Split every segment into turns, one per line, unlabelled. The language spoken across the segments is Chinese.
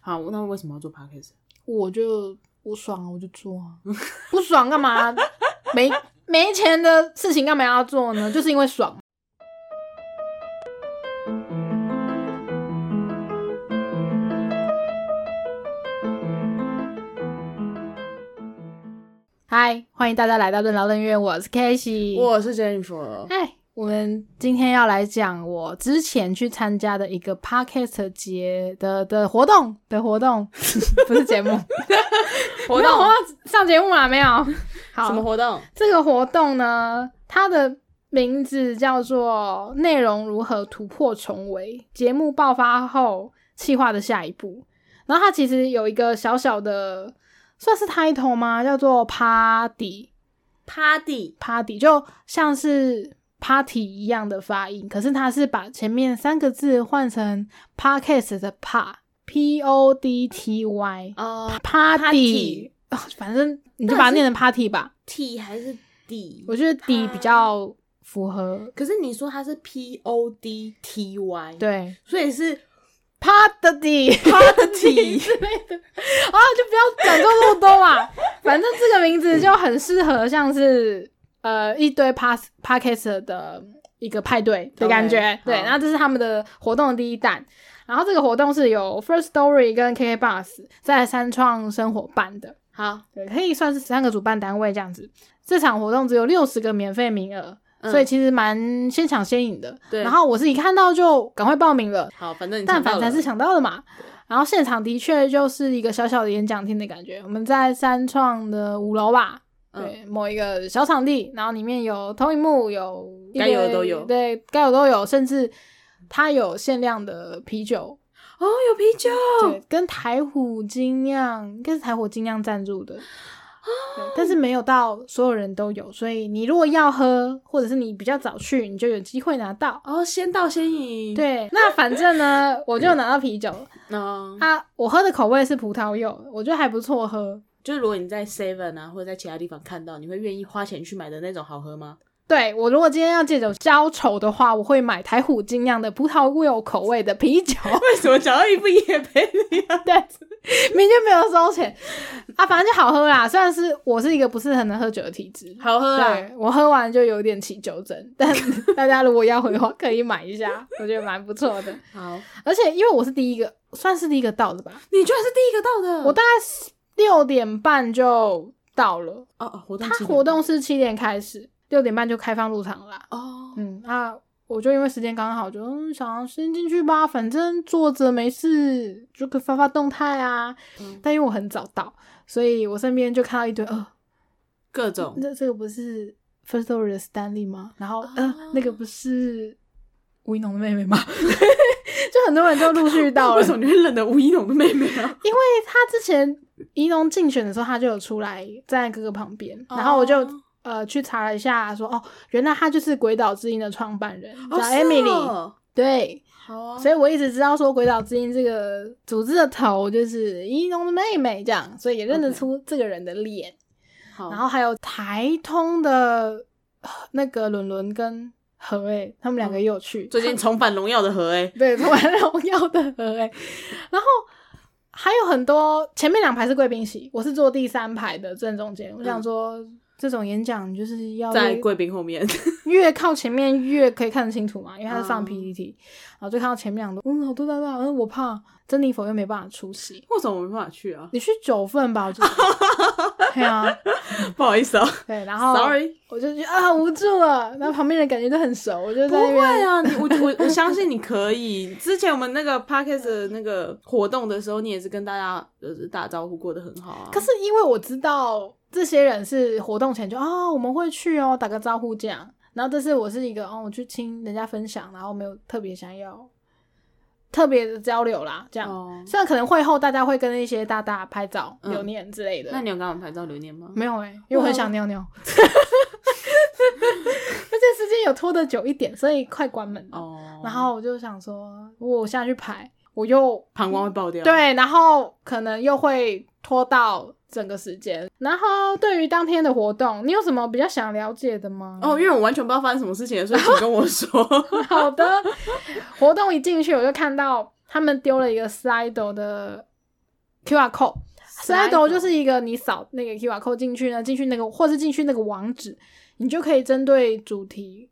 好，那为什么要做 podcast？
我就我爽啊，我就做啊，不爽干嘛？没没钱的事情干嘛要做呢？就是因为爽。嗨，欢迎大家来到任劳任怨，我是 k a s e y
我是 Jennifer，
嗨，我们今天要来讲我之前去参加的一个 podcast 节的的活动的活动， 不是节目，
活
没有
动
上节目啊 啦，没有。
啊什么
好，
活动？
这个活动呢，它的名字叫做“内容如何突破重围”，节目爆发后企划的下一步。然后它其实有一个小小的，算是 title 吗？叫做 “party”。
party
party，就像是 party 一样的发音，可是它是把前面三个字换成 podcast 的 pa p o d t y
哦
party，
party 啊
哦 反正你就把它念成 party 吧。
，t 还是 d？
我觉得 d
它
比较符合，
可是你说它是 p o d t y，，
对
所以是
party。
party
之类的啊，就不要讲究那么多啦。反正这个名字就很适合，像是呃一堆 pass p a c k e t 的一个派对的感觉。
OK，
对，
好
然后这是他们的活动的第一弹。然后这个活动是由 First Story 跟 KK Bus 在三创生活办的，
好，
对，可以算是三个主办单位这样子。这场活动只有六十个免费名额，
嗯
所以其实蛮先抢先赢的。
对
然后我是一看到就赶快报名了，
好，反正你
但
抢
凡
到
才
了
是想到的嘛。然后现场的确就是一个小小的演讲厅的感觉，我们在三创的五楼吧，
嗯
对，某一个小场地，然后里面有投影幕，有一
该有的
堆
都有
对，该有都有，甚至它有限量的啤酒，
哦，有啤酒，
对，跟台虎精酿应该是台虎精酿赞助的。对但是没有到所有人都有，所以你如果要喝，或者是你比较早去，你就有机会拿到。
哦，先到先赢，，
对，那反正呢，我就拿到啤酒，
嗯，
啊，我喝的口味是葡萄柚，我觉得还不错喝。
就是如果你在 Seven 啊，或者在其他地方看到，你会愿意花钱去买的那种好喝吗？
对我如果今天要借酒浇愁的话，我会买台虎精酿的葡萄柚口味的啤酒，
为什么讲到一副夜配的样
对，明天没有收钱啊，反正就好喝啦。虽然是我是一个不是很能喝酒的体质，
好喝啊！
对我喝完就有点起酒疹， 但大家如果要回的话，可以买一下，我觉得蛮不错的。
好，
而且因为我是第一个，算是第一个到的吧，
你居然是第一个到的，
我大概六点半就到了。
哦哦，活动
它
期间
活动是七点开始，六点半就开放入场啦。
哦，
嗯，啊，我就因为时间刚好，就嗯想要先进去吧，反正坐着没事，就可以发发动态啊。
嗯
但因为我很早到，所以我身边就看到一堆，呃，
各种
那这个不是 First Story 的 Stanley 吗？然后，呃
哦，
那个不是吴一农的妹妹吗？ 就很多人就陆续 到了，
为什么你会认得吴一农的妹妹 啊？
因为他之前仪农竞选的时候，他就有出来站在哥哥旁边，
哦
然后我就呃去查了一下说哦，原来他就是鬼岛之音的创办人，
哦
叫 Emily、对，
好啊，
所以我一直知道说鬼岛之音这个组织的头就是仪农的妹妹这样，所以也认得
OK
出这个人的脸。
好，
然后还有台通的呃那个伦伦跟何诶，他们两个也有去，
嗯最近重返荣耀的河哎，
对， 玩荣耀的河哎、然后还有很多前面两排是贵宾席，我是坐第三排的正中间。我想说，这种演讲就是要
嗯 在
越
贵宾后面，
越靠前面越可以看得清楚嘛，因为它是放
哦
PPT，、然后就看到前面两个，嗯，好多大大，嗯，我怕珍妮佛又没办法出席。
为什么我没办法去啊？
你去九份吧，我觉得。对啊，
不好意思啊
对，然 后
，sorry，
我就觉得啊无助 了，然后旁边人感觉都很熟，我就
不
在那边
会啊，你我我我相信你可以。之前我们那个 podcast 的那个活动的时候，你也是跟大家就是打招呼过得很好啊。
可是因为我知道这些人是活动前就啊、我们会去哦，打个招呼这样。然后这是我是一个哦，我去听人家分享，然后没有特别想要特别的交流啦，这样。
哦，
虽然可能会后大家会跟一些大大拍照
嗯
留念之类的，
那你有跟我们拍照留念吗？
没有哎、因为我很想尿尿，而 且时间有拖得久一点，所以快关门了。
哦，
嗯然后我就想说，如果我下去排，我又
膀胱会爆掉。，
对，然后可能又会拖到整个时间。然后对于当天的活动，你有什么比较想了解的吗？
哦，因为我完全不知道发生什么事情，所以请跟我 说。
好的。活动一进去，我就看到他们丢了一个 Slido 的 QR code。Slido
Slido
就是一个你扫那个 QR code 进去呢，进去那个或是进去那个网址，你就可以针对主题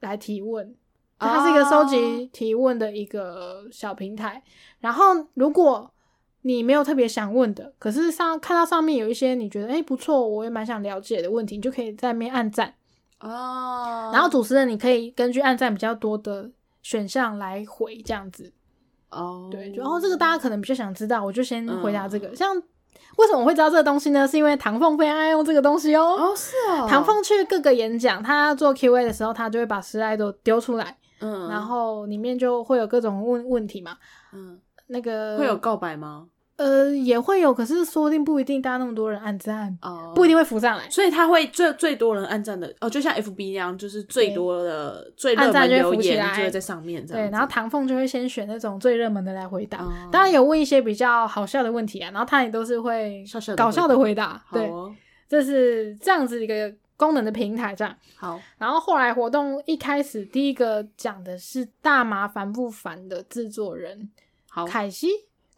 来提问。它是一个收集提问的一个小平台。然后，如果你没有特别想问的，可是上看到上面有一些你觉得哎、诶不错，我也蛮想了解的问题，你就可以在那边按赞。
哦，
然后主持人你可以根据按赞比较多的选项来回这样子。
哦，
对，然后、哦、这个大家可能比较想知道，我就先回答这个。
嗯
像为什么我会知道这个东西呢？是因为唐凤非常爱用这个东西哦。
哦是哦，
唐凤去各个演讲，他做 Q&A 的时候，他就会把十来都丢出来，
嗯，
然后里面就会有各种问问题嘛。
嗯，
那个
会有告白吗？
呃也会有，可是说不定不一定，大家那么多人按赞，
哦，
不一定会浮上来。
所以他会最最多人按赞的哦，就像 FB 那样，就是最多的最
按
热
赞
门
就会
留
浮起
言
来
就会在上面这样
对，
子。
然后唐凤就会先选那种最热门的来回答。
哦
当然有问一些比较好笑的问题啊，然后他也都是会
笑笑地
搞笑的回
回
答。
好
对，
哦，
这是这样子一个功能的平台，这样。
好，
然后后来活动一开始，第一个讲的是大麻烦不烦的制作人
好，
凯西，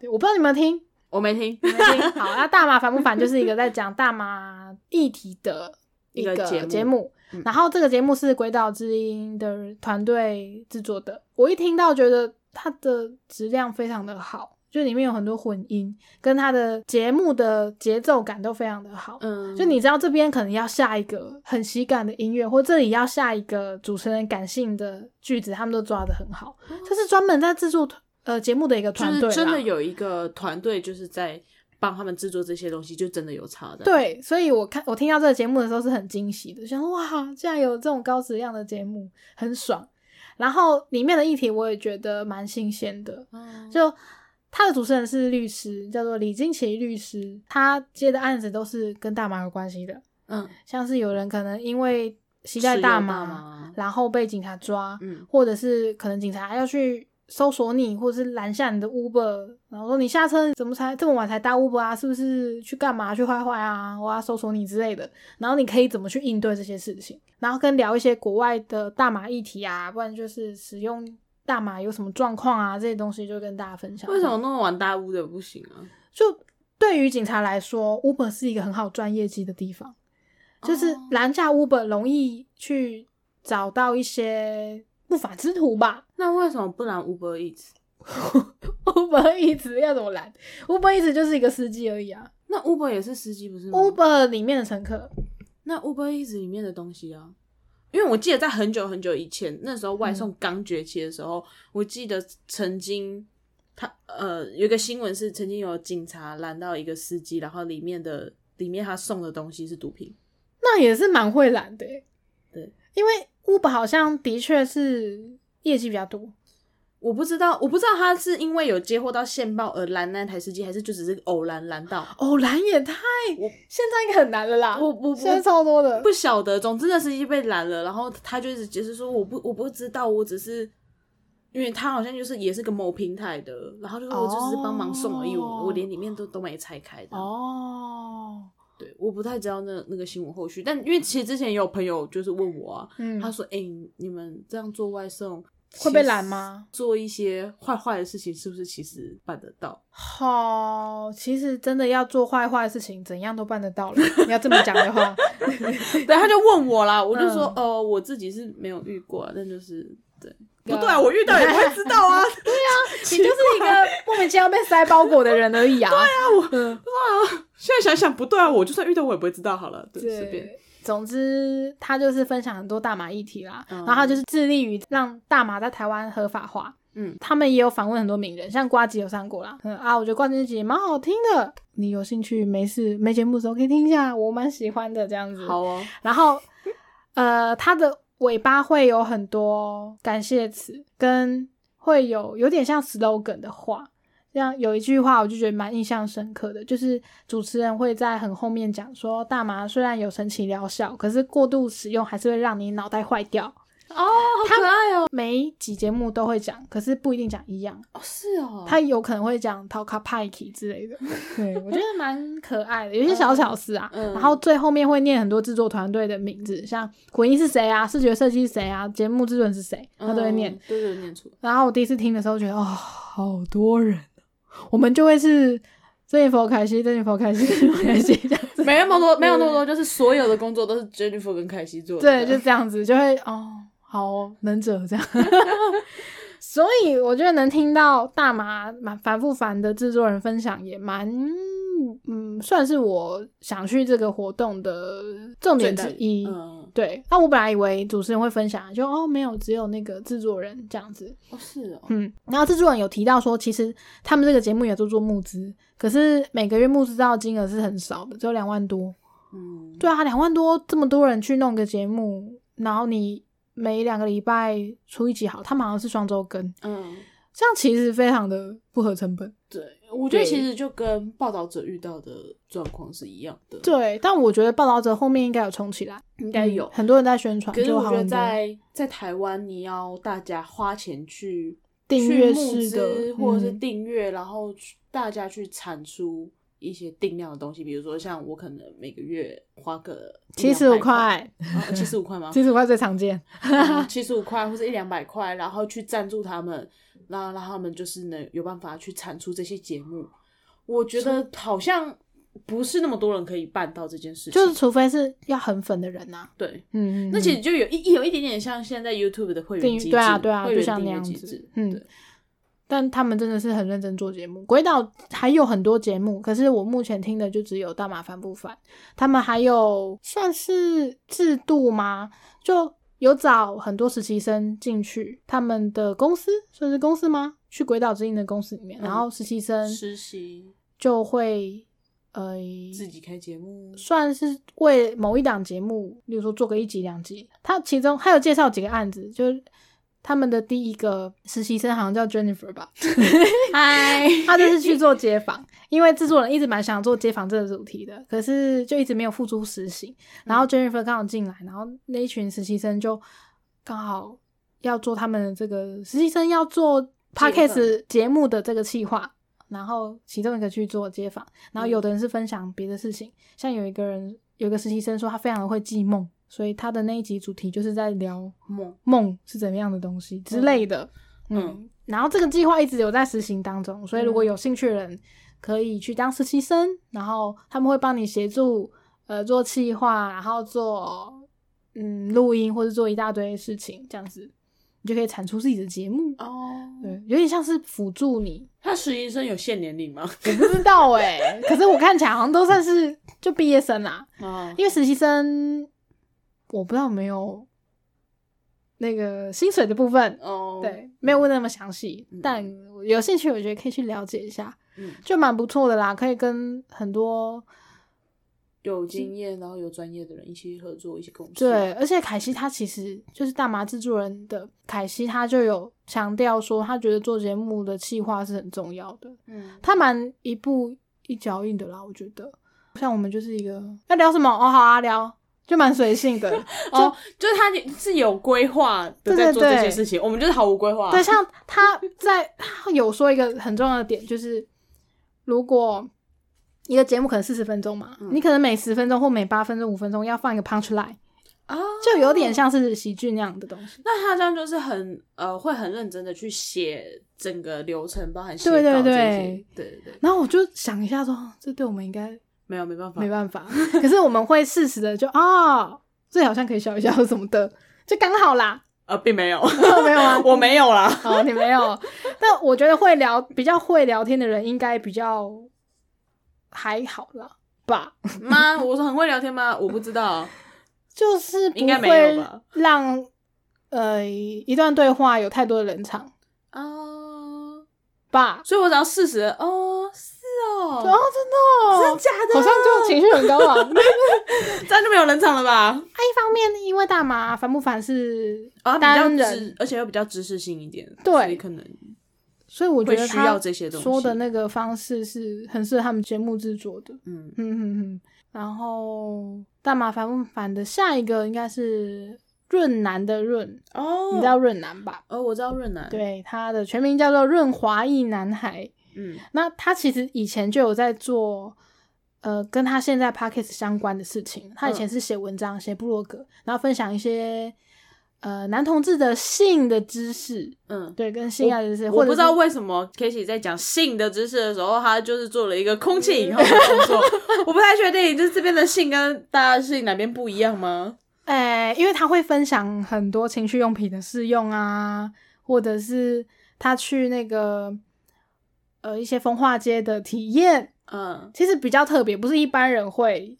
对，我不知道你们有没有听，
我没听
你们有 没有听好，那大麻烦不烦就是一个在讲大麻议题的
一
个
个节目
节目。
嗯
然后这个节目是鬼岛之音的团队制作的，我一听到觉得它的质量非常的好，就里面有很多混音，跟它的节目的节奏感都非常的好。
嗯，
就你知道这边可能要下一个很喜感的音乐，或这里要下一个主持人感性的句子，他们都抓得很好。这是专门在制作团呃节目的一个
哦就
团
是
队啦，
真的有一个团队就是在帮他们制作这些东西，就真的有差的。，
对，所以我看我听到这个节目的时候是很惊喜的，想说哇，竟然有这种高质量的节目，很爽。然后里面的议题我也觉得蛮新鲜的，
就
就他的主持人是律师，叫做李金奇律师，他接的案子都是跟大麻有关系的，
嗯，
像是有人可能因为携带
是有
大
大
麻，
麻
然后被警察抓，
嗯
或者是可能警察要去搜索你，或者是拦下你的 Uber，然后说你下车怎么才这么晚才搭 Uber 啊？是不是去干嘛去坏坏啊？我要搜索你之类的。然后你可以怎么去应对这些事情，然后跟聊一些国外的大麻议题啊，不然就是使用。大麻有什么状况啊？这些东西就跟大家分享。
为什么那么玩大屋的不行啊？
就对于警察来说，Uber 是一个很好赚业绩的地方，就是
哦
拦下 Uber 容易去找到一些不法之徒吧。
那为什么不拦 Uber Eats？
Uber 一直要怎么拦？Uber 一直就是一个司机而已啊。
那 Uber 也是司机不是吗
Uber 里面的乘客，
那 Uber Eats 里面的东西啊，因为我记得在很久很久以前，那时候外送刚崛起的时候，我记得曾经他呃有一个新闻是曾经有警察拦到一个司机，然后里面的里面他送的东西是毒品，
那也是蛮会拦的欸、
对，
因为 Uber 好像的确是业绩比较多，
我不知道我不知道他是因为有接获到线报而拦那台司机，还是就只是偶然拦到，
哦，拦也太
我
现在应该很难了啦。
我我
现在
我
超多的，
不晓得，总之那司机被拦了，然后他就一直解释说我不我不知道，我只是因为他好像就是也是个某平台的，然后就说我只是帮忙送而已，
哦
我我连里面都都没拆开的。
哦，
对，我不太知道那那个新闻后续，但因为其实之前也有朋友就是问我啊，
嗯，
他说：“哎、你们这样做外送
会被拦？吗？
其实做一些坏坏的事情是不是其实办得到？”
好，其实真的要做坏坏的事情，怎样都办得到了。你要这么讲 的话，
对，他就问我啦，我就说：“
嗯
呃，我自己是没有遇过啊，但就是对，不
对啊
对啊，我遇到也不会知道 啊。”
你就是一个莫名其妙被塞包裹的人而已啊。对啊，我嗯，
现在想想不对啊，我就算遇到我也不会知道好了，对，随便。
对。总之，他就是分享很多大麻议题啦，
嗯
然后他就是致力于让大麻在台湾合法化。
嗯，
他们也有访问很多名人，像瓜吉有上过啦。嗯啊，我觉得瓜吉那集也蛮好听的，你有兴趣没事没节目的时候可以听一下，我蛮喜欢的这样子。
好，哦，
然后呃，它的尾巴会有很多感谢词，跟会有有点像 slogan 的话。像有一句话，我就觉得蛮印象深刻的，就是主持人会在很后面讲说，大麻虽然有神奇疗效，可是过度使用还是会让你脑袋坏掉。
好可爱哦，
每一集节目都会讲，可是不一定讲一样，
哦是哦，
他有可能会讲 t a l k a p i k e 之类的。对，我觉得蛮可爱的，有一些小巧思啊。
嗯嗯
然后最后面会念很多制作团队的名字，像混音是谁啊，视觉设计是谁啊，节目制作人是谁，他都会念。
嗯，都有念出来。
然后我第一次听的时候觉得，哦，好多人啊，我们就会是 Jennifer 凯西，Jennifer 凯西，Jennifer 凯西，这样子
没那么多，没有那么多，就是所有的工作都是 Jennifer 跟凯西做的。
对，就这样子，就会哦，好哦能者 这样。所以我觉得能听到大麻蛮反复烦的制作人分享，也蛮嗯，算是我想去这个活动的重点之一。
嗯，
对，那我本来以为主持人会分享，就哦没有，只有那个制作人这样子。
哦是哦，
嗯，然后制作人有提到说，其实他们这个节目也做做募资，可是每个月募资到的金额是很少的，只有两万多。
嗯，
对啊，两万多，这么多人去弄个节目，然后你每两个礼拜出一集好，他们好像是双周更，
嗯，
这样其实非常的不合成本。
对，我觉得
对
其实就跟报道者遇到的状况是一样的，
对，但我觉得报道者后面应该有冲起来，
应该有
嗯。很多人在宣传，
可是
就
我
好
觉
很
得
多
在在台湾，你要大家花钱去
订
去
阅
募
式
资
的，
或者是
嗯
订阅，然后去大家去产出一些定量的东西，比如说像我可能每个月花个
七十五
100块，呃
块，
七十五块吗？ 嗯
七十五块最常见。
七十五块或者一两百块，然后去赞助他们，然后让他们就是能有办法去产出这些节目。我觉得好像不是那么多人可以办到这件事情，
就是除非是要很粉的人呐、啊，
对。
嗯，嗯
那其
嗯
实就有一有一点点像现在 YouTube 的会员
订阅
机制，
对啊对啊，
会
就
员
像
订
那
阅
样
机
子
制，，
嗯
对，
但他们真的是很认真做节目。鬼岛还有很多节目，可是我目前听的就只有大马烦不烦，他们还有算是制度吗？就有找很多实习生进去他们的公司，算是公司吗？去鬼岛之音的公司里面，
嗯
然后实习生
实习
就会呃
自己开节目，
算是为某一档节目，例如说做个一集两集，他其中还有介绍几个案子，就是他们的第一个实习生好像叫 Jennifer 吧，
嗨，
他就是去做街访，因为制作人一直蛮想做街访这个主题的，可是就一直没有付诸实行。然后 Jennifer 刚好进来，然后那一群实习生就刚好要做他们的这个实习生要做 podcast 节目的这个企划，然后其中一个去做街访，然后有的人是分享别的事情，像有一个人有一个实习生说他非常的会记梦，所以他的那一集主题就是在聊
梦，
梦是怎么样的东西之类的。嗯，
嗯
然后这个计划一直有在实行当中，所以如果有兴趣的人可以去当实习生，然后他们会帮你协助呃做企划，然后做嗯录音或者做一大堆事情，这样子你就可以产出自己的节目。
哦，
对，有点像是辅助你，
他实习生有限年龄吗？
我不知道哎、 可是我看起来好像都算是就毕业生啦，
啊，
因为实习生我不知道有没有那个薪水的部分，
哦，，
对，没有问那么详细，
嗯
但有兴趣我觉得可以去了解一下，
嗯，
就蛮不错的啦，可以跟很多
有经验，然后有专业的人一起合作，一起共事，
对，而且凯西他其实就是大麻制作人的凯西，他就有强调说，他觉得做节目的企划是很重要的，
嗯，
他蛮一步一脚印的啦，我觉得，像我们就是一个要聊什么哦，好啊聊。就蛮随性的，
哦，就是他是有规划的
对
在
对
做这
对
些事情，我们就是毫无规划，
对，像他在他有说一个很重要的点，就是如果一个节目可能四十分钟嘛，
嗯
你可能每十分钟或每八分钟、五分钟要放一个 punch line，
啊，
就有点像是喜剧那样的东西。
那他这样就是很呃，会很认真的去写整个流程，包含写
对对
稿这
对
些，对对对，
然后我就想一下说，哦这对我们应该
没有没办法，
没 办法，可是我们会适时的就啊、这好像可以笑一笑什么的，就刚好 啦，
呃，并没有，。
没有 啊
我没有啦，
好，你没有，但我觉得会聊比较会聊天的人应该比较还好啦吧。
妈，我说很会聊天吗？我不知道，
就是不
应该没有
会
吧
让呃一段对话有太多的冷场
啊、
吧。
所以我只要适时地哦，是哦，
哦，真的、哦，
假
好像就情绪很高 昂。那一
这样就没有冷场了吧？
方面，因为大麻烦不烦是
啊，比较
单人，
知，而且又比较知识性一点，
对
所以可能
所以我觉得
会需要
他
这些东西
说的那个方式是很适合他们节目制作的。
嗯
嗯哼哼。然后大麻烦不烦的下一个应该是润南的润，
哦，
你知道润南吧？
哦，我知道润南，，
对，他的全名叫做润华裔男孩。
嗯
那他其实以前就有在做，呃，跟他现
嗯
在 p o c k e t 相关的事情。他以前是写文章、写部落格，然后分享一些呃男同志的性的知识，
嗯，
对，跟性爱的知识，
我
或者
不
是
知道为什么 k a s e y 在讲性的知识的时候，他就是做了一个空气以 后的动作，我不太确定，就是这边的性跟大家的性哪边不一样吗？
哎，因为他会分享很多情趣用品的试用啊，或者是他去那个呃一些风化街的体验，
嗯，
其实比较特别，不是一般人会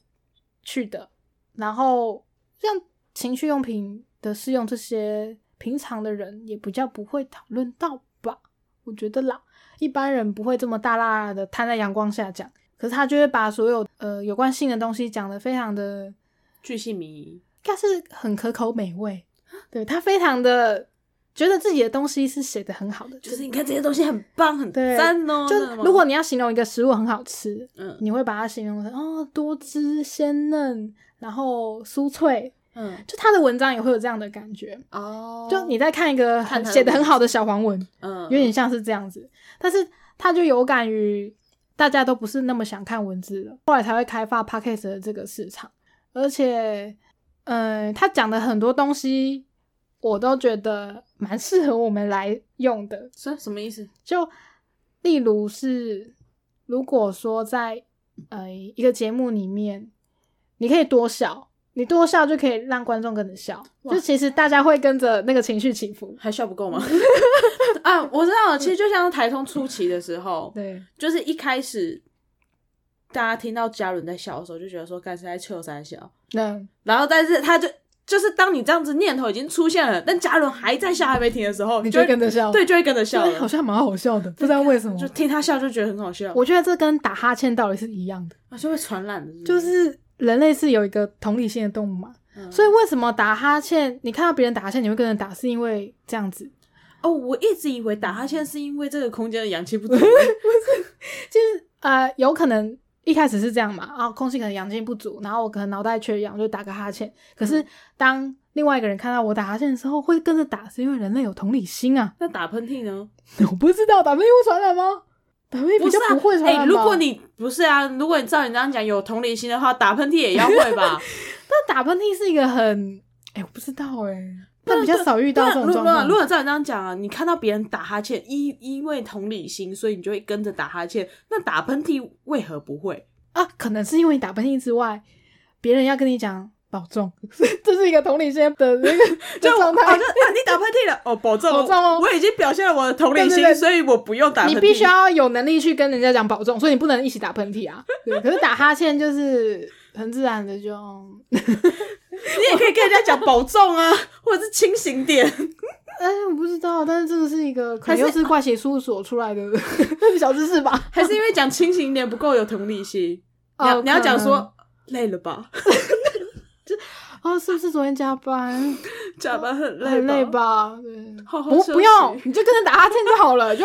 去的。然后像情趣用品的试用，这些平常的人也比较不会讨论到吧？我觉得啦，一般人不会这么大大的摊在阳光下讲，可是他就会把所有呃有关性的东西讲得非常的
巨细靡遗。
但是很可口美味，对他非常的觉得自己的东西是写的很好的，
就是你看这些东西很棒，很
对
赞哦。真的
就
吗
如果你要形容一个食物很好吃，
嗯
你会把它形容成哦多汁鲜嫩，然后酥脆，
嗯
就他的文章也会有这样的感觉。
哦，
就你在看一个
看
很
他的
写的很
文
好的小黄文，
嗯
有点像是这样子，但是他就有感于大家都不是那么想看文字了，后来才会开发 podcast 的这个市场，而且，呃，他讲的很多东西，我都觉得蛮适合我们来用的，
什什么意思？
就例如是，如果说在呃一个节目里面，你可以多笑，你多笑就可以让观众跟着笑，
哇
就其实大家会跟着那个情绪起伏，
还笑不 够吗？啊，我知道了，其实就像台通初期的时候，
对，
就是一开始大家听到嘉伦在笑的时候，就觉得说干是在秋山笑，
那。
然后但是他就就是当你这样子念头已经出现了，但嘉伦还在笑还没停的时候，
你
就
就
会
会跟着笑，
对，就会跟着笑
对，好
了。
像蛮好笑的，不知道为什么。
就听他笑就觉得很好笑，
我觉得这跟打哈欠道理是一样的，
啊就会传染的，
就
不
是人类是有一个同理心的动物嘛，
嗯
所以为什么打哈欠，你看到别人打哈欠，你会跟着打，是因为这样子，
哦，我一直以为打哈欠是因为这个空间的氧气 不足，
就是呃，有可能一开始是这样嘛，啊，空气可能氧气不足，然后我可能脑袋缺氧，就打个哈欠。可是
嗯
当另外一个人看到我打哈欠的时候，会跟着打，是因为人类有同理心啊。
那打喷嚏呢？
我不知道打喷嚏会传染吗？打喷嚏比
是
较
啊，
不会传染吧、
哎如果你不是啊，如果你照你这样讲有同理心 的话，打喷嚏也要会吧？
但打喷嚏是一个很，哎、我不知道哎、但比较少遇
对
到
啊
这种
如
状
果
况。
如果照你这样讲啊，你看到别人打哈欠，因因为同理心，所以你就会跟着打哈欠。那打喷嚏为何不会？
啊，可能是因为你打喷嚏之外，别人要跟你讲保重， 这是一个同理心的那个
就
的状
我啊
态
就。啊，你打喷嚏了，哦，保重，
保重哦
我已经表现了我的同理心，
对对对
所以我不用打喷嚏。
你必须要有能力去跟人家讲保重，所以你不能一起打喷嚏啊。 对，可是打哈欠就是很自然的就，
你也可以跟人家讲保重啊，或者是清醒 点。
哎，我不知道，但是这个是一个可能又
还是
是怪奇事务所出来的 小知识吧。
还是因为讲清醒一点不够有同理心？你要、
哦
你要讲
可能
说累了吧，
哦，是不是昨天加班？
加班很累，
很累？吧？对，
好好
不
休
不
息
用，你就跟着打哈欠就好了，就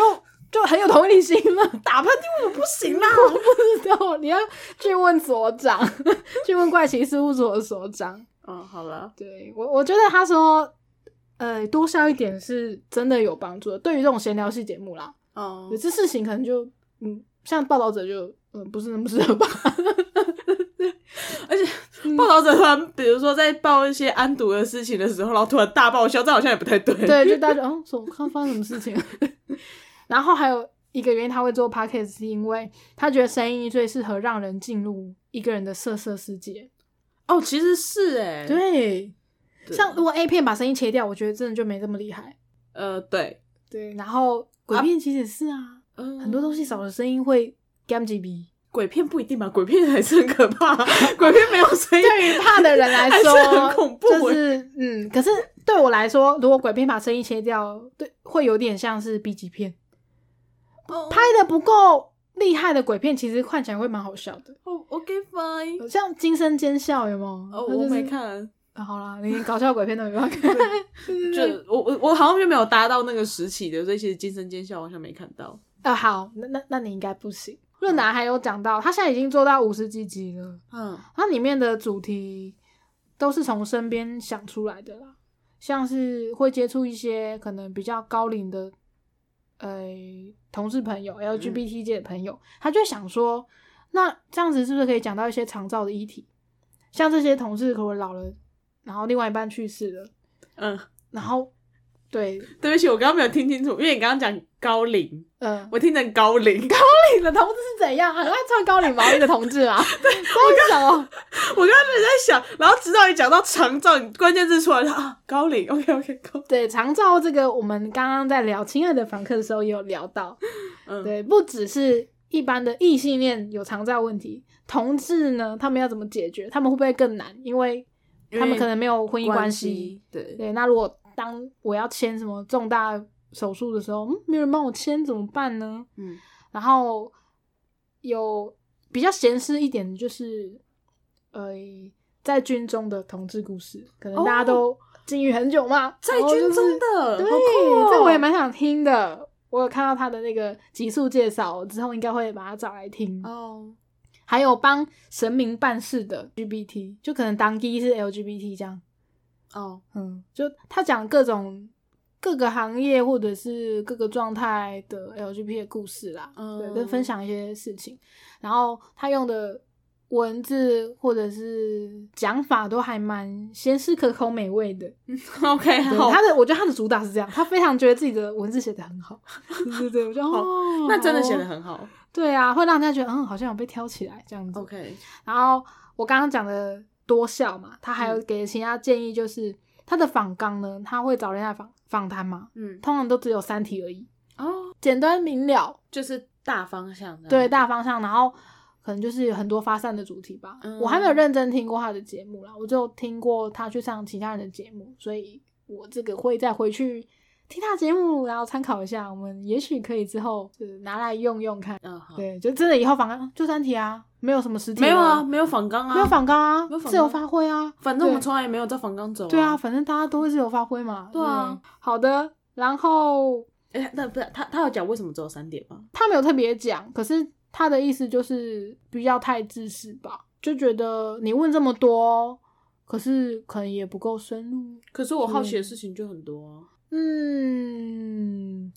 就很有同理心了。
打喷嚏我不行 啦。
我不知道，你要去问所长， 去问怪奇事务所的所长。
嗯，好了，
对我，我觉得他说，呃，多笑一点是真的有帮助的。对于这种闲聊系节目啦，
哦
有，些事情可能就，嗯，像报道者就，嗯，不是那么适合吧。
而且报道者突然，比如说在报一些安毒的事情的时候，然后突然大爆笑，这好像也不太对。，
对，就大家哦，怎么看发生什么事情？ 然后还有一个原因，他会做 podcast，是因为他觉得声音最适合让人进入一个人的色色世界。
哦，其实是哎、
对，
对
像如果 A 片把声音切掉，我觉得真的就没这么厉害。
呃，对，
对，然后鬼片其实也是啊，
嗯
很多东西少了声音会 gam g b。
鬼片不一定吧，鬼片还是很可 怕，鬼片没有声音，
对于怕的人来说，
还是很恐怖欸
就是嗯，可是对我来说，如果鬼片把声音切掉，对，会有点像是 B 级片，
哦
拍的不够厉害的鬼片，其实看起来会蛮好笑的。
哦，OK fine，
像《惊声尖笑》有没有？
哦，
它
我
就是
没。看，
啊好啦，连搞笑鬼片都 没办法看。
就我我我好像就没有搭到那个时期的，所以其实《惊声尖笑》我好像没看到。
啊，好，那那那你应该不行。润南还有讲到，他现在已经做到五十几集了，
嗯，
它里面的主题都是从身边想出来的啦，像是会接触一些可能比较高龄的，呃，同事朋友、LGBT 界的朋友，他就想说，那这样子是不是可以讲到一些长照的议题？像这些同事可能老了，然后另外一半去世了，
嗯，
然后对，
对不起，我刚刚没有听清楚，因为你刚刚讲高龄，
嗯、
我听成高龄。
你的同志是怎样？很爱穿高领毛衣的同志啊？ 对，小哦，
我刚刚就在想，然后直到你讲到长照，你关键字出来了啊，高龄，OK OK，高，
对，长照这个，我们刚刚在聊《亲爱的房客》的时候也有聊到，
嗯，
对，不只是一般的异性恋有长照问题，同志呢，他们要怎么解决？他们会不会更难？因为
因为
他们可能没有婚姻关系。哦
系，对，
对，那如果当我要签什么重大手术的时候，嗯，没有人帮我签怎么办呢？
嗯
然后有比较闲适一点，就是呃，在军中的同志故事，可能
哦
大家都禁欲很久嘛，
在
然后就
军
是
中的，
对，
好酷哦
这我也蛮想听的。我有看到他的那个集数介绍，我之后应该会把它找来听。
哦，
还有帮神明办事的 LGBT，就可能当机是 LGBT 这样。
哦，
嗯，就他讲各种各个行业或者是各个状态的 LGBT 的故事啦，
嗯
对，跟分享一些事情，然后他用的文字或者是讲法都还蛮鲜适可口、美味的。
OK，
对
好，
他的我觉得他的主打是这样，他非常觉得自己的文字写得 很好，对对对，我觉得
好
哦，
那真的写的很好
对啊，会让大家觉得嗯，好像有被挑起来这样子。
，OK，
然后我刚刚讲的多笑嘛，他还有
嗯
给其他建议，就是、他的访纲呢，他会找人家访访谈嘛，
嗯，
通常都只有三题而已，
哦，嗯
简单明了，
就是大方向的，
对大方向，然后可能就是有很多发散的主题吧。
嗯
我还没有认真听过他的节目啦，我就听过他去上其他人的节目，所以我这个会再回去。听他的节目，然后参考一下，我们也许可以之后就是拿来用用看。
嗯，好，
对，就真的以后访纲就三题啊，没有什么实体了，
没有啊，没有反纲啊，
没有反纲啊
没有，反纲
自由发挥啊。
反正我们
对
从来也没有在反纲走、
对啊，，反正大家都会自由发挥嘛。
对啊
嗯，好的。然后
哎、那不是他，他有讲为什么只有三点吗？
他没有特别讲，可是他的意思就是不要太自私吧，就觉得你问这么多，可是可能也不够深入。
可是我好奇的事情就很多啊
嗯，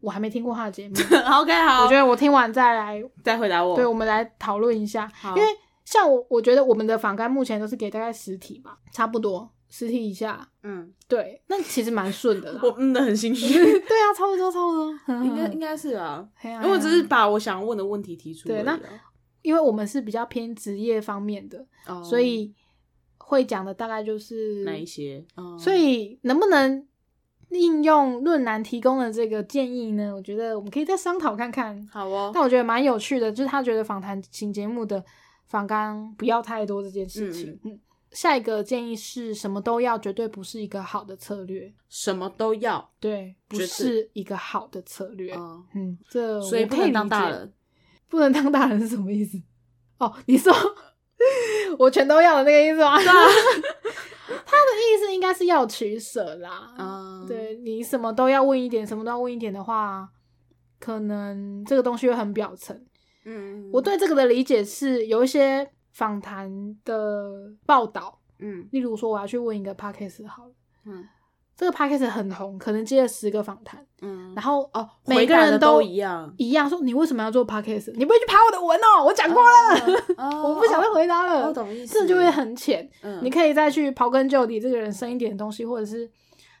我还没听过他的节 目，
啊。OK，好
我觉得我听完再来，
再回答我。
对，我们来讨论一下。
哦好
因为像我，我觉得我们的访纲目前都是给大概十题吧，差不多十题以下。
嗯，
对，那其实蛮顺的 啦。
我嗯的很心虚，
对啊，差不多，差不多，嗯
应该应该是啊，
嘿啊
因为我只是把我想问的问题提出而已
对
啊、
因为我们是比较偏职业方面的，
哦
所以会讲的大概就是
哪一些？哦
所以能不能应用论坛提供的这个建议呢？我觉得我们可以再商讨看看。
好哦
但，我觉得蛮有趣的，就是他觉得访谈型节目的访纲不要太多这件事情。嗯下一个建议是什么都要，绝对不是一个好的策略。
什么都要，
对，不
绝对
是一个好的策略。
哦、
嗯，这
所以
我
不
可
能
理
当大
解
人。
不能当大人是什么意思？哦，你说我全都要的那个意思吗？
啊
他的意思应该是要取舍啦。
啊，
嗯对你什么都要问一点，什么都要问一点的话，可能这个东西会很表层。
嗯，嗯，
我对这个的理解是，有一些访谈的报道，
嗯
例如说我要去问一个 podcast 好了，
嗯
这个 podcast 很红，可能接了十个访谈，
嗯，
然后
哦，
每
回
个
答
人
的都
都
一样。
一样说你为什么要做 podcast？你不会去爬我的文哦，我讲过了。
哦
我不想再回答
哦
了。
我懂意思，
这就会很浅。
嗯，
你可以再去刨根究底，这个人深一点的东西，或者是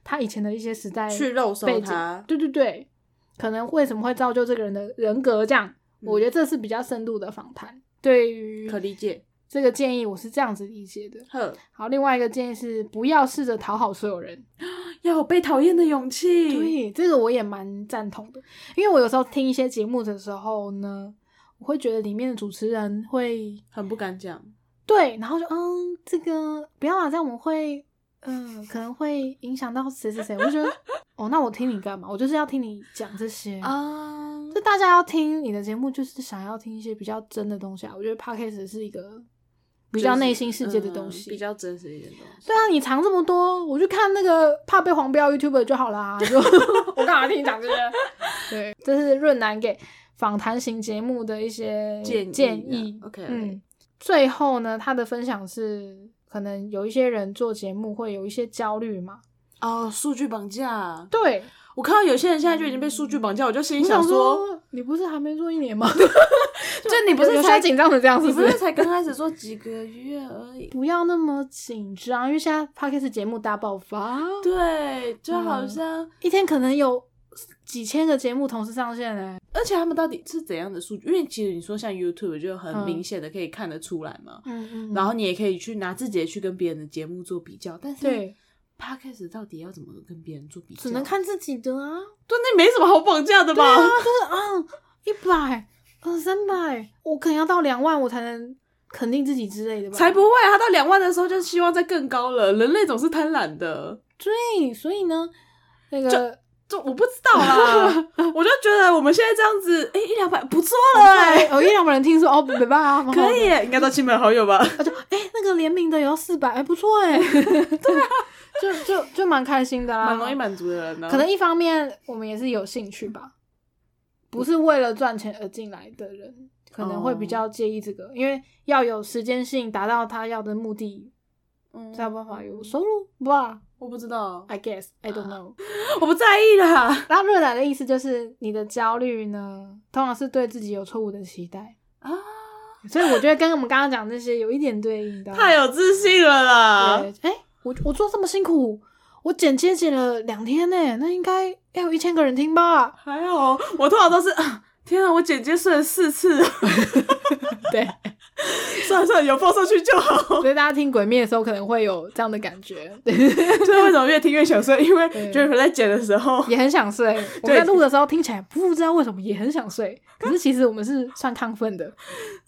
他以前的一些时代
去肉搜
背
他
景。，对对对，可能为什么会造就这个人的人格这样？
嗯
我觉得这是比较深度的访谈。对于
可理解。
这个建议，我是这样子理解的。
呵，
好，另外一个建议是不要试着讨好所有人。
要有被讨厌的勇气。，
对，这个我也蛮赞同的，因为我有时候听一些节目的时候呢，我会觉得里面的主持人会
很不敢讲。
对，然后就嗯，这个不要啦，这样我会嗯，可能会影响到谁谁谁。我就觉得哦，那我听你干嘛？我就是要听你讲这些啊。
啊，
就大家要听你的节目，就是想要听一些比较真的东西啊。我觉得 podcast 是一个比较内心世界的东西。
嗯比较真实一点的东西。
对啊，你藏这么多，我就看那个怕被黄标 YouTube 就好 啦。就我干嘛听你讲这些？ 对，这是润南给访谈型节目的一些
建议
建
啊
议。
OK，OK
嗯，最后呢，他的分享是，可能有一些人做节目会有一些焦虑嘛。
哦，数据绑架，
对，
我看到有些人现在就已经被数据绑架，我就心里
我想
说，
说，你不是还没做一 年吗？
就你不是
有
才
些紧张成这样，
你
是
不
是
是才刚开始做几个月而已？
不要那么紧张，因为现在 podcast 节目大爆发，
对，就好
嗯
像，
一天可能有几千个节目同时上线欸嘞、
而且他们到底是怎样的数据？因为其实你说像 YouTube 就很
嗯
明显的可以看得出来嘛，
嗯嗯
然后你也可以去拿自己的去跟别人的节目做比较，但是
对，
Podcast 到底要怎么跟别人做比较？
只能，看自己的啊，
对，那没什么好绑架的吧？
啊，一百，呃，三百，我可能要到两万，我才能肯定自己之类的吧。
才不会啊，他到两万的时候就希望再更高了。人类总是贪婪的，
对，所以呢，那个
就我不知道 啦，我就觉得我们现在这样子，哎、一两百不错了哎、
哎，有一两百人听说哦，没办法，蛮好的
可以、，欸，应该到亲朋好友吧？
他就哎，那个联名的也要四百，哎，不错哎，对啊，就就就蛮开心的啦，
蛮容易满足的人呢、
可能一方面我们也是有兴趣吧，不是为了赚钱而进来的人，可能会比较介意这个，因为要有时间性达到他要的目的，
嗯
才有办法有收入吧。
我不知道，
I guess I don't know。
我不在意啦。
那热奶的意思就是，你的焦虑呢，通常是对自己有错误的期待，
啊，
所以我觉得跟我们刚刚讲这些有一点对应的。
太有自信了啦！
对，哎、我我做这么辛苦，我剪接剪了两天呢、那应该要有一千个人听吧？
还好，我通常都是，啊天啊，我姐姐睡了四次，
对。
算了算了，有放上去就 好。
所以大家听《鬼灭》的时候可能会有这样的感觉， 对，
所以为什么越听越想睡？因为
对
Jennifer 在剪的时候，
也很想睡。我
对
在录的时候听起来不知道为什么也很想睡，可是其实我们是算亢奋的，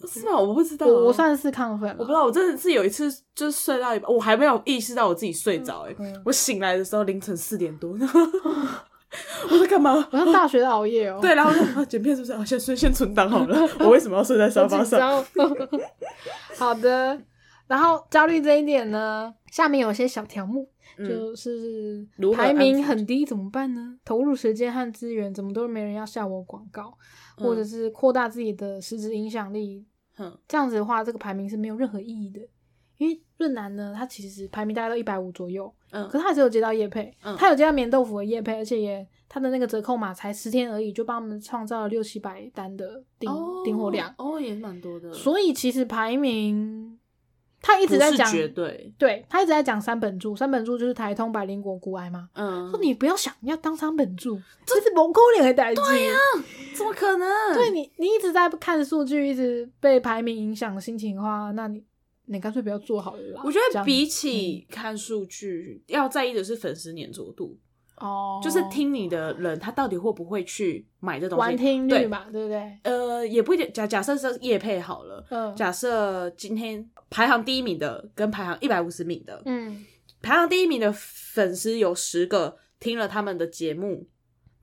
是吗？我不知道，啊
我我算是亢奋
我不知
了。
道，我真的是有一次就是睡到一半，我还没有意识到我自己睡着、欸，哎、
嗯
我醒来的时候凌晨四点多， 我在干嘛？
我像大学的熬夜哦，
对，然后我说、啊、剪片是不是？啊，先睡先存档好了。我为什么要睡在沙
好
发
紧
上？
张。哦 好的，然后焦虑这一点呢，下面有些小条目，
嗯，
就是
如何
排
安
名
抚
很低怎么办呢？投入时间和资源，怎么都没人要下我广告，或者
嗯
是扩大自己的实质影响力，
哼
这样子的话，这个排名是没有任何意义的。因为润南呢，他其实排名大概都一百五左右，
嗯
可是他只有接到叶配，
嗯
他有接到棉豆腐的叶配，而且也他的那个折扣码才十天而已，就帮我们创造了六七百单的订订、货量。
哦，也蛮多的，
所以其实排名，他一
一
直在讲，
绝对，
对他一直在讲三本柱，三本柱就是台通、百灵果、古癌嘛。
嗯，
说你不要想你要当三本柱，这是蒙古脸的代志。对呀、
啊怎么可能？
对你，你一直在看数据，一直被排名影响心情的话，那你你干脆不要做好了啦。
我觉
这
得
样
比起看数据，要在意的是粉丝粘着度，
哦，
就是听你的人他到底会不会去买这东
玩
西。
听率
对
嘛，对不对？
呃，也不一定。假假设是叶配好了，
嗯
假设今天排行第一名的跟排行一百五十名的，
嗯，
排行第一名的粉丝有十个听了他们的节目，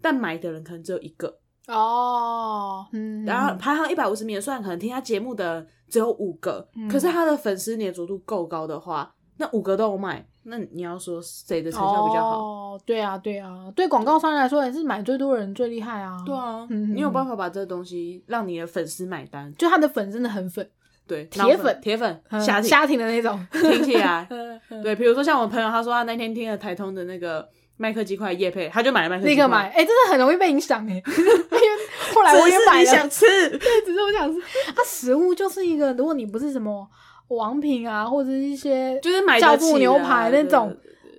但买的人可能只有一个。
哦，嗯，
然后排行一百五十名的，虽然可能听他节目的只有五个，
嗯
可是他的粉丝粘着度够高的话，那五个都有买，那你要说谁的成效比较好？
哦，对啊，对啊，对广告商来说也是买最多的人最厉害啊。
对，啊，
嗯
你有办法把这个东西让你的粉丝买单？
就他的粉真的很粉，
对，
铁
脑
粉
铁粉
嗯，
瞎听
瞎听的那 种。。
听起来
嗯嗯
对，比如说像我朋友，他说他那天听了台通的那个麦克鸡块叶配，他就买了麦克鸡块，
立刻买，哎、真的很容易被影响 哎、因为后来我也买
只是你
了，
想 吃，
对，只是我想吃。它食物就是一个，如果你不是什么王品啊，或者是一些
就是买得
酵
起
母
啊
牛排那种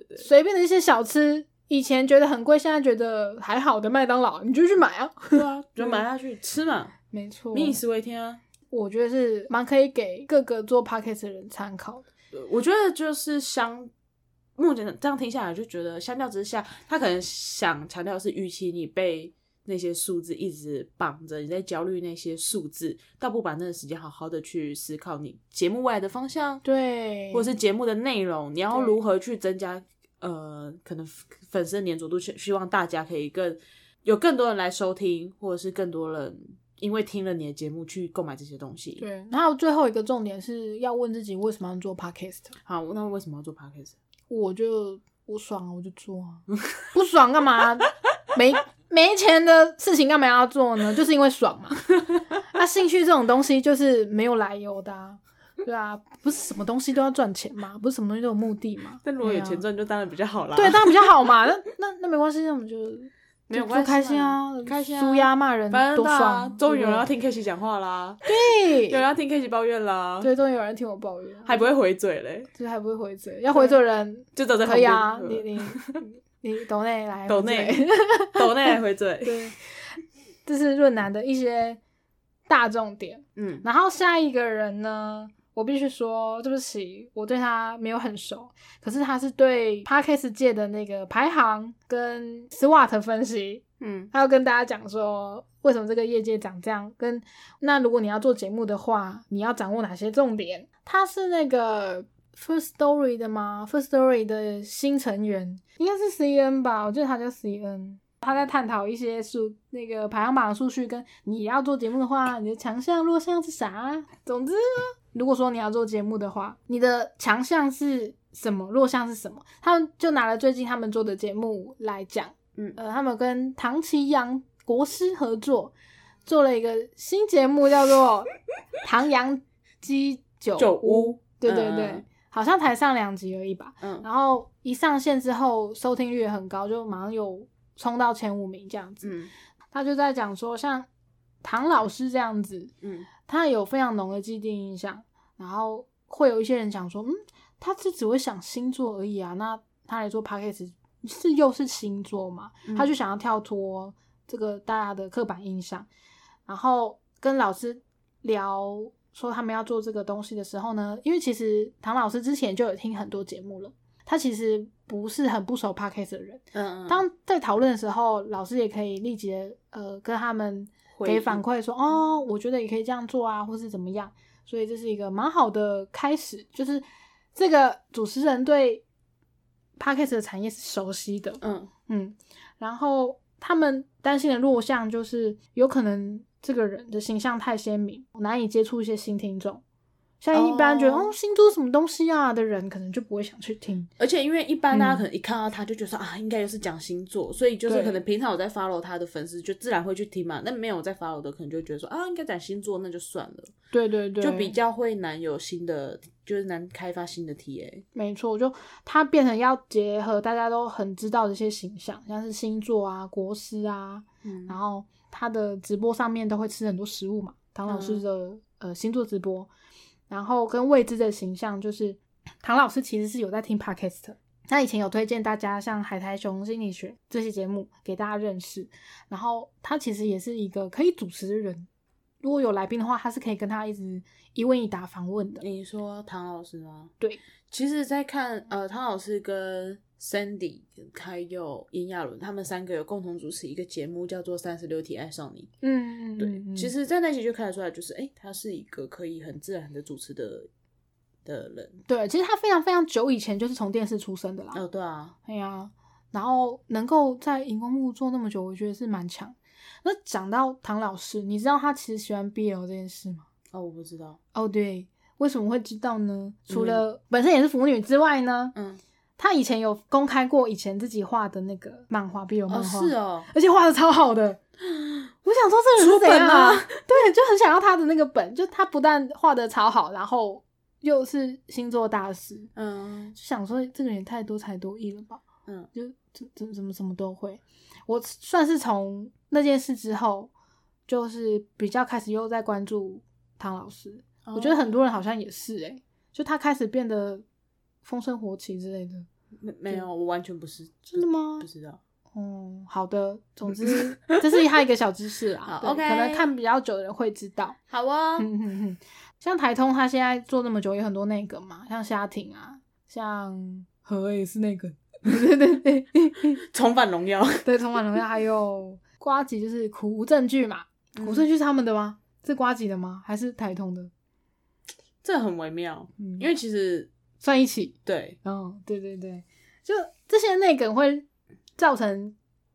对
随便的一些小吃，以前觉得很贵，现在觉得还好的麦当劳，你就去买啊。哦
对啊， 就买下去吃嘛，
没错，
民以食为天啊。
我觉得是蛮可以给各个做 podcast 的人参考的。
对呃我觉得就是相，目前这样听下来就觉得，相较之下，他可能想强调的是，与其你被那些数字一直绑着，你在焦虑那些数字，倒不把那个时间好好的去思考你节目未来的方向，，
对，
或者是节目的内容，你要
对
如何去增加呃，可能粉丝的粘着度，希希望大家可以更有更多人来收听，或者是更多人因为听了你的节目去购买这些东西。
对。然后最后一个重点是要问自己为什么要做 podcast。
好，那为什么要做 podcast？
我就我爽啊，我就做啊，不爽干嘛？没没钱的事情干嘛要做呢？就是因为爽 嘛。那兴趣这种东西就是没有来由的、啊，对啊，不是什么东西都要赚钱嘛，不是什么东西都有目的 嘛。
但如果有
对啊
钱赚，就当然比较好啦。
对，当然比较好嘛。那那那没关系，那我们就
没有
就
关系，
开心，啊，
开心啊
舒压骂人
反正
多
大家
爽，
终于有人
对
要
不
听 K 西讲话 啦，
对
有人要听 K 西抱怨啦，
对，终于有人听我抱怨，
还不会回嘴嘞，
就是还不会回嘴，要回嘴的人
就走在旁
可以
边，
啊，你你你你抖内来
抖
回嘴
内抖内还回嘴，
对，这是润南的一些大重点。
嗯，
然后下一个人呢，我必须说，对不起，我对他没有很熟，可是他是对 podcast 界的那个排行跟 SWOT 分析，
嗯
他要跟大家讲说为什么这个业界长这样，跟那如果你要做节目的话，你要掌握哪些重点？他是那个 First Story 的吗？First Story 的新成员应该是 CN 吧，我记得他叫 CN。他在探讨一些数那个排行榜的数据，跟你要做节目的话，你的强项弱项是啥？总之呢，如果说你要做节目的话，你的强项是什么，弱项是什么？他们就拿了最近他们做的节目来讲。
嗯，
呃，他们跟唐奇阳国师合作，做了一个新节目，叫做《唐阳鸡酒
酒
屋》。
屋，
对对对，
嗯
好像才上两集而已吧。
嗯
然后一上线之后，收听率也很高，就马上有冲到前五名这样子。
嗯
他就在讲说，像唐老师这样子，
嗯
他有非常浓的既定印象，然后会有一些人讲说，嗯，他是只会想星座而已啊，那他来做 p a c k a g e 是又是星座嘛，
嗯
他就想要跳脱这个大家的刻板印象，然后跟老师聊说他们要做这个东西的时候呢，因为其实唐老师之前就有听很多节目了，他其实不是很不熟 p a c k a g e 的人，
嗯，
当在讨论的时候，老师也可以立即地呃跟他们
回
给
应嗯
反馈说，哦，我觉得也可以这样做啊，或是怎么样。所以这是一个蛮好的开始，就是这个主持人对 podcast 的产业是熟悉的，
嗯
嗯，然后他们担心的弱项就是有可能这个人的形象太鲜明，难以接触一些新听众。像一般觉得
哦
哦星座什么东西啊的人，可能就不会想去听。
而且因为一般大家
嗯
可能一看到他就觉得说、啊，应该又是讲星座，所以就是
对
可能平常有在 follow 他的粉丝就自然会去听嘛。那没有在 follow 的，可能就会觉得说啊，应该讲星座那就算了，
对对对，
就比较会难有新的，就是难开发新的 TA。
没错，就它变成要结合大家都很知道的一些形象，像是星座啊、国师啊，
嗯
然后他的直播上面都会吃很多食物嘛，唐老师
嗯
的、呃星座直播，然后跟未知的形象，就是唐老师其实是有在听 podcast，的他以前有推荐大家像海苔熊心理学这些节目给大家认识，然后他其实也是一个可以主持的人，如果有来宾的话，他是可以跟他一直一问一答访问的，
你说唐老师吗？
对，
其实，在看呃，汤老师跟 Sandy 还有炎亚纶他们三个有共同主持一个节目，叫做《三十六题爱上你》。
嗯，嗯
对，
嗯嗯
其实，在那集就看得出来，就是哎、诶他是一个可以很自然的主持的的人。
对，其实他非常非常久以前就是从电视出生的啦。
哦，对啊，
哎呀、然后能够在荧光幕做那么久，我觉得是蛮强。那讲到唐老师，你知道他其实喜欢 BL 这件事吗？
哦，我不知道，
哦，对，为什么会知道呢？除
嗯
了本身也是腐女之外呢，
嗯，
他以前有公开过以前自己画的那个漫画 BL 漫
哦，
画，
是哦，
而且画的超好的。 我想说这个人是
出
怎
本
样啊？
吗
对，就很想要他的那个本，就他不但画的超好，然后又是星座大师，
嗯
就想说这个人也太多才多艺了吧？
嗯，
就怎怎怎么什么都会。我算是从那件事之后，就是比较开始又在关注唐老师。
哦
我觉得很多人好像也是诶、就他开始变得风生火起之类的。
没没有，我完全不是，
真的吗
不知 道，
哦、好的，总之这是他一个小知识啦
好。
对
OK
可能看比较久的人会知道。
好哦
哼哼哼，像台通他现在做那么久，有很多内梗嘛，像虾挺啊，像何也是内梗，对对对
重返荣耀，
对，充满荣耀，还有瓜吉就是苦无证据嘛，苦
嗯
无证据是他们的吗？是瓜吉的吗？还是台通的？
这很微妙，
嗯，
因为其实
算一起，
对，
哦，对对对，就这些内梗会造成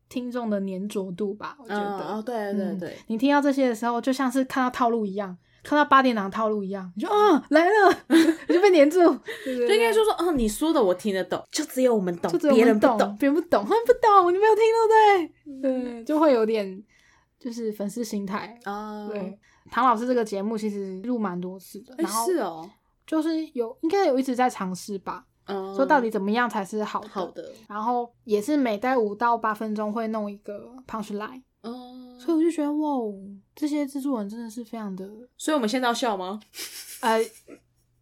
听众的粘着度吧，我觉
嗯
得。
哦，对对
嗯
对，
你听到这些的时候，就像是看到套路一样，看到八点档套路一样，你就啊、来了， 你就被粘住，对对
就
对
应该说说，哦，你说的我听得懂，就只有我们懂
就，只有
别
我
人
们
不
懂，
懂。嗯
别人不懂，他们不懂，你没有听对不对？对，就会有点就是粉丝心态。
啊，
对，嗯唐老师这个节目其实录蛮多次的，
哎，
然后
是哦，
就是有应该有一直在尝试吧，
嗯
说到底怎么样才是好的。
好的，
然后也是每待五到八分钟会弄一个 punch line，
嗯，
所以我就觉得哇哦，这些制作人真的是非 常的
所以我们现在要笑吗？
呃，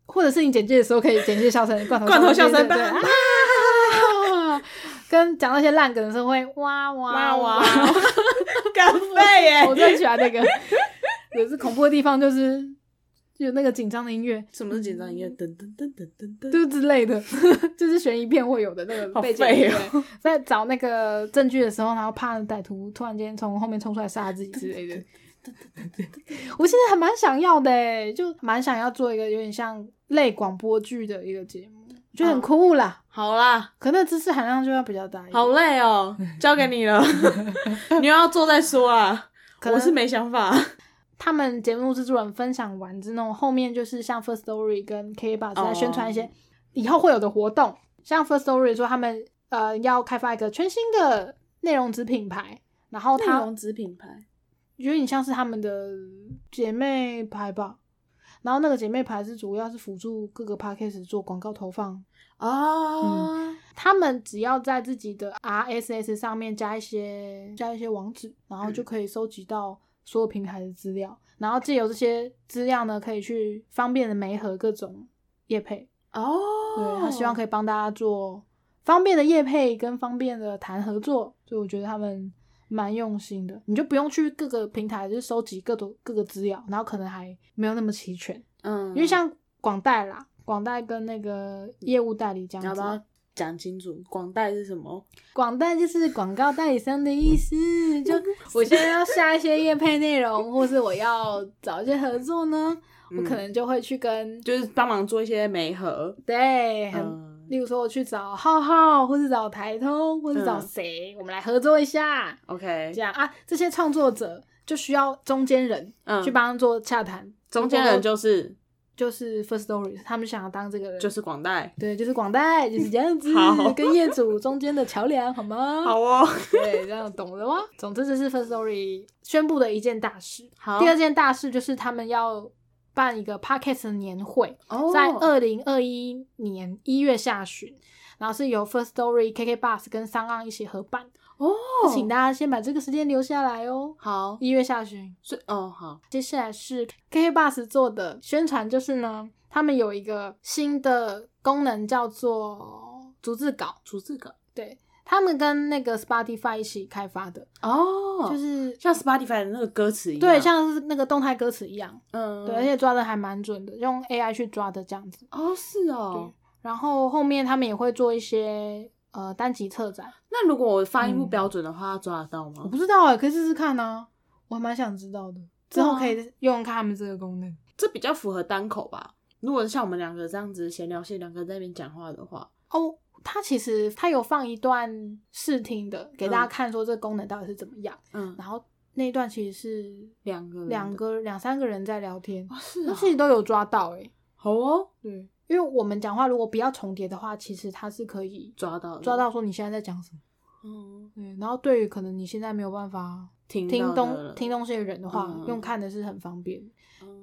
或者是你简介的时候可以简介笑声，罐头
罐头笑声
对对
吧
对啊 跟讲那些烂梗的时候会哇哇
哇哦哇
哇，
干废耶！
我最喜欢那个。 有是恐怖的地方就是有那个紧张的音乐，
什么是紧张音乐？噔噔噔噔噔噔，
就之类的， 就是悬疑片会有的那个
好
背景音乐
废哦。
在找那个证据的时候，然后怕歹徒突然间从后面冲出来杀自己之类的。我现在还蛮想要的欸，就蛮想要做一个有点像类广播剧的一个节目，我觉得
嗯
很酷啦。
好啦，
可那知识含量就要比较大一点。
好累哦，交给你 了，你又要做再说啊。
可能
我是没想法
他们节目制作人分享完之后，后面就是像 First Story 跟 K b o x 在宣传一些以后会有的活动。像 First Story 说他们呃要开发一个全新的内容子品牌，然后它
子品牌，
有点像是他们的姐妹牌吧。然后那个姐妹牌是主要是辅助各个 podcast 做广告投放，
哦，
他们只要在自己的 RSS 上面加一些加一些网址，然后
嗯
就可以收集到所有平台的资料，然后借由这些资料呢，可以去方便的媒合各种业配。
哦，
对他希望可以帮大家做方便的业配跟方便的谈合作，所以我觉得他们蛮用心的。你就不用去各个平台就是收集各种各个资料，然后可能还没有那么齐全，
嗯，
因为像广代啦，广代跟那个业务代理这
你要
样
不
子
要，讲清楚广代是什么？
广代就是广告代理商的 意思。就我现在要下一些业配内容，或是我要找一些合作呢，我可
嗯
能就会去跟
就是帮忙做一些媒合，
对很
嗯
例如说，我去找浩浩，或是找台通，或是找谁，我们来合作一下，
，OK，
这样啊，这些创作者就需要中间人、
嗯
去帮他做洽谈。
中间人就是
就是 First Story，他们想要当这个人，
就是广代，
对，就是广代，就是这样 子
好，
跟业主中间的桥梁，好吗？，
哦，
对，这样懂了吗？总之，这是 First Story 宣布的一件大事。
好，
第二件大事就是他们要办一个 Podcast 的年会，
哦
在二零二一年一月下旬，然后是由 First Story、KK Bus 跟商岸一起合办，
哦，
请大家先把这个时间留下来哦。
好，
一月下旬，
所以哦好，
接下来是 KK Bus 做的宣传，就是呢，他们有一个新的功能叫做逐字稿，
逐字稿
对他们跟那个 Spotify 一起开发的，
哦，
就是
像 Spotify 的那个歌词一样，
对，像是那个动态歌词一样，
嗯，
对，而且抓的还蛮准的，用 AI 去抓的这样子。
哦是哦
对，然后后面他们也会做一些呃单集策展，
那如果我发音不
嗯
标准的话，抓得到
我
吗？
不知道哎、可以试试看啊，我还蛮想知道的。之
对啊
后可以用用看他们这个功能，
这比较符合单口吧。如果像我们两个这样子闲聊，闲两个在那边讲话的话，
哦。它其实它有放一段试听的给大家看，说这个功能到底是怎么样。
嗯，
然后那一段其实是
两个人的
两个两三个人在聊天，
哦是
那
啊，
其实都有抓到哎、
好哦，
对，因为我们讲话如果不要重叠的话，其实它是可以
抓到了
抓，到说你现在在讲什么。
嗯，
对，然后对于可能你现在没有办法
听
听
听
东听东西的人的话，
嗯
用看的是很方便。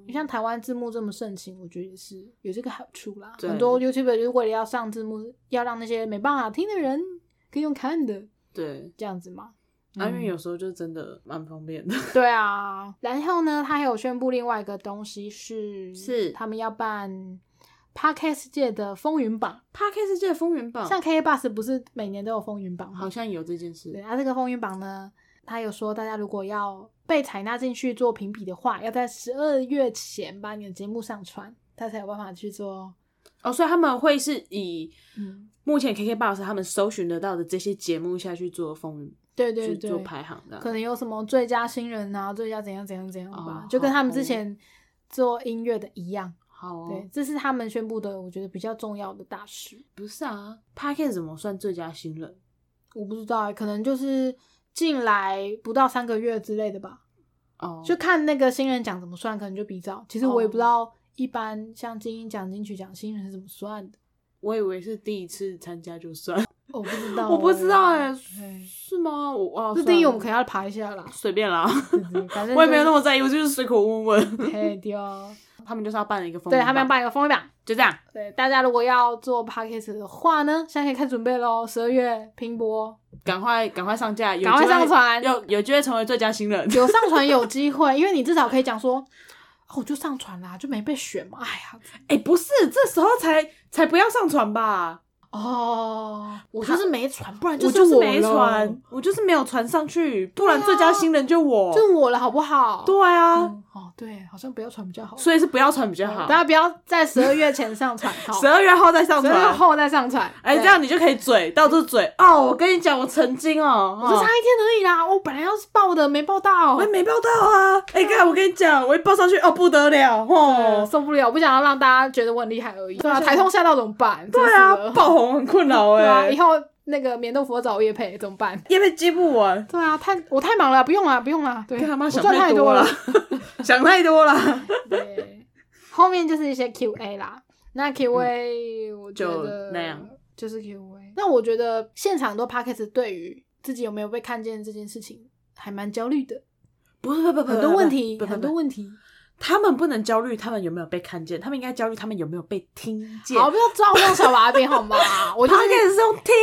你像台湾字幕这么盛行，我觉得也是有这个好处啦。
对
很多 YouTube 就是为了要上字幕，要让那些没办法听的人可以用看的，
对，
这样子嘛。
啊，因
嗯
为有时候就真的蛮方便的。
对啊，然后呢，他还有宣布另外一个东西是，
是
他们要办 Podcast 界的风云榜，
Podcast 界的风云榜
像 K Bus 不是每年都有风云榜吗？
好像有这件事
对，，啊，这个风云榜呢，他有说大家如果要被采纳进去做评比的话，要在十二月前把你的节目上传，他才有办法去做。
哦，所以他们会是以
嗯，
目前 KKBOX 他们搜寻得到的这些节目下去做风云，
对对
去
对，
做排行的。啊
可能有什么最佳新人啊，最佳怎样怎样怎样
哦
吧，就跟他们
好
之前做音乐的一样。
好、哦，
对，，这是他们宣布的，我觉得比较重要的大事。
不是啊 p a c k e t 怎么算最佳新人？
我不知道、欸，可能就是进来不到三个月之类的吧。
哦，
就看那个新人奖怎么算，可能就比较。其实我也不知道，一般像金鹰奖、金曲奖，新人是怎么算的，
我以为是第一次参加就算，
我不知道，
我不知道哎、
哎，
是吗？我哦，
哦这定义我们可
看
能要 爬一下啦。
随便啦，
对对对反正
我也没有那
么
么在意，我就是随口问问。
嘿对哦。
他们就是要办一个封
对
面
他们要
榜
办一个封面榜。
就这样，
对大家如果要做 podcast 的话呢，现在可以开始准备喽。十二月拼搏，
赶快赶快上架，有
赶快
机会
上传
有有机会成为最佳新人。
有上传有机会，因为你至少可以讲说，哦，我就上传啦，就没被选嘛。哎呀，
哎、不是，这时候才才不要上传吧？
哦，我就是没传，不然
我
是
是
我
没
了
传，，我就是没有传上去，不然
对啊
最佳新人就我。
就是我了，好不好？
哦对啊，
嗯哦，对，好像不要传比较好。
所以是不要传比较好
大，家不要在十二月前上传，好，
十二月后再上
十二月
传。
后再上传。
哎、
对
这样你就可以嘴到处嘴哦。我跟你讲，我曾经哦，
我就差一
哦
天而已啦，我本来要是报的没报到
我也，没报到啊。哎、看我跟你讲，我一报上去哦，不得了
哦，
哦。
受不了，我不想要让大家觉得我很厉害而已。对啊，
而且
台通吓到怎么办？
对
真
啊，
是的
爆红很困扰
对
哎、
啊，
欸
以，后那个棉豆腐找我叶配怎么办？
也被接不完。
对啊，太我太忙了，不用了，不用了。对，
干嘛
我
想
赚
太
太
多
了
了。， 想太多了。
对，后面就是一些 Q&A 啦。那 Q&A 我觉
嗯就
得
那样，
就是 Q&A。那我觉得现场都 p o d c a s t 对于自己有没有被看见这件事情还蛮焦虑的，
不是，不不不，
很多问题，
呃不不不
很多问题。
他们不能焦虑，他们有没有被看见？他们应该焦虑，他们有没有被听见？
好，不要抓我这种小把柄好吗？我
我
就
就是是用听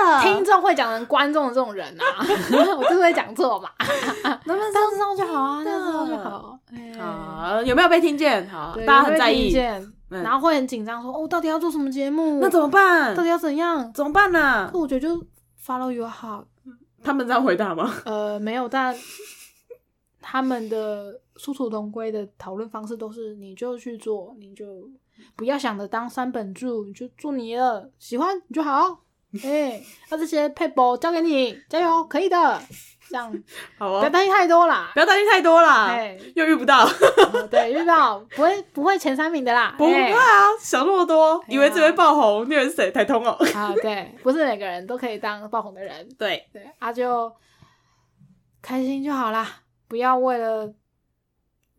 的，
听众会讲成观众的这种人 啊，我就是会讲错嘛。
能不能
那时候就好啊，
真的哦
那时候就好。哎
嗯好，有没有被听见？好，
对
大家很在意
有没，有被听见
嗯
然后会很紧张，说哦，到底要做什么节目？
那怎么办
到？底要怎样？
怎么办呢、
那我觉得就 follow your heart。
他们这样回答吗？
呃，没有，但他们的殊途同归的讨论方式都是，你就去做，你就不要想着当三本柱，你就做你的，喜欢你就好。哎、那这些配博交给你，加油，可以的。这样
好
不要
哦，
担心太多啦
不。要担心太多啦，
哎、
又遇不到，
对，遇到不会不会前三名的啦。
不会
哎
啊，想那么多，以为这边爆红，那人谁台通哦？
啊，对，不是每个人都可以当爆红的人。
对，
对，啊就开心就好啦，不要为了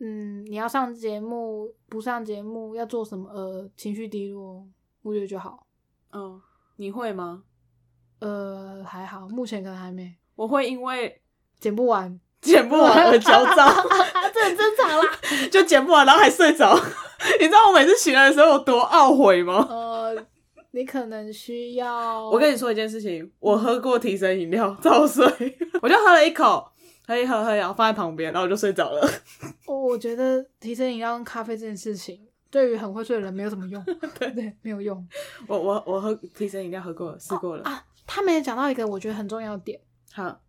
嗯你要上节目不上节目要做什么呃情绪低落，我觉得就好。
嗯，你会吗？
呃，还好，目前可能还没
我会因为
剪不 完，
剪不完 而焦躁。
啊这很正常啦。
就剪不完，然后还睡着。 你知道我每次醒来的时候有多懊悔吗？
呃，你可能需要
我跟你说一件事情，我喝过提神饮料早睡， 我就喝了一口，喝一喝喝一，然后放在旁边，然后我就睡着 了。
我我觉得提升饮料跟咖啡这件事情。对于很会睡的人没有什么用， 对没有用。
我我我喝提神饮料喝过了，试过了。
啊，他们也讲到一个我觉得很重要的点，
好，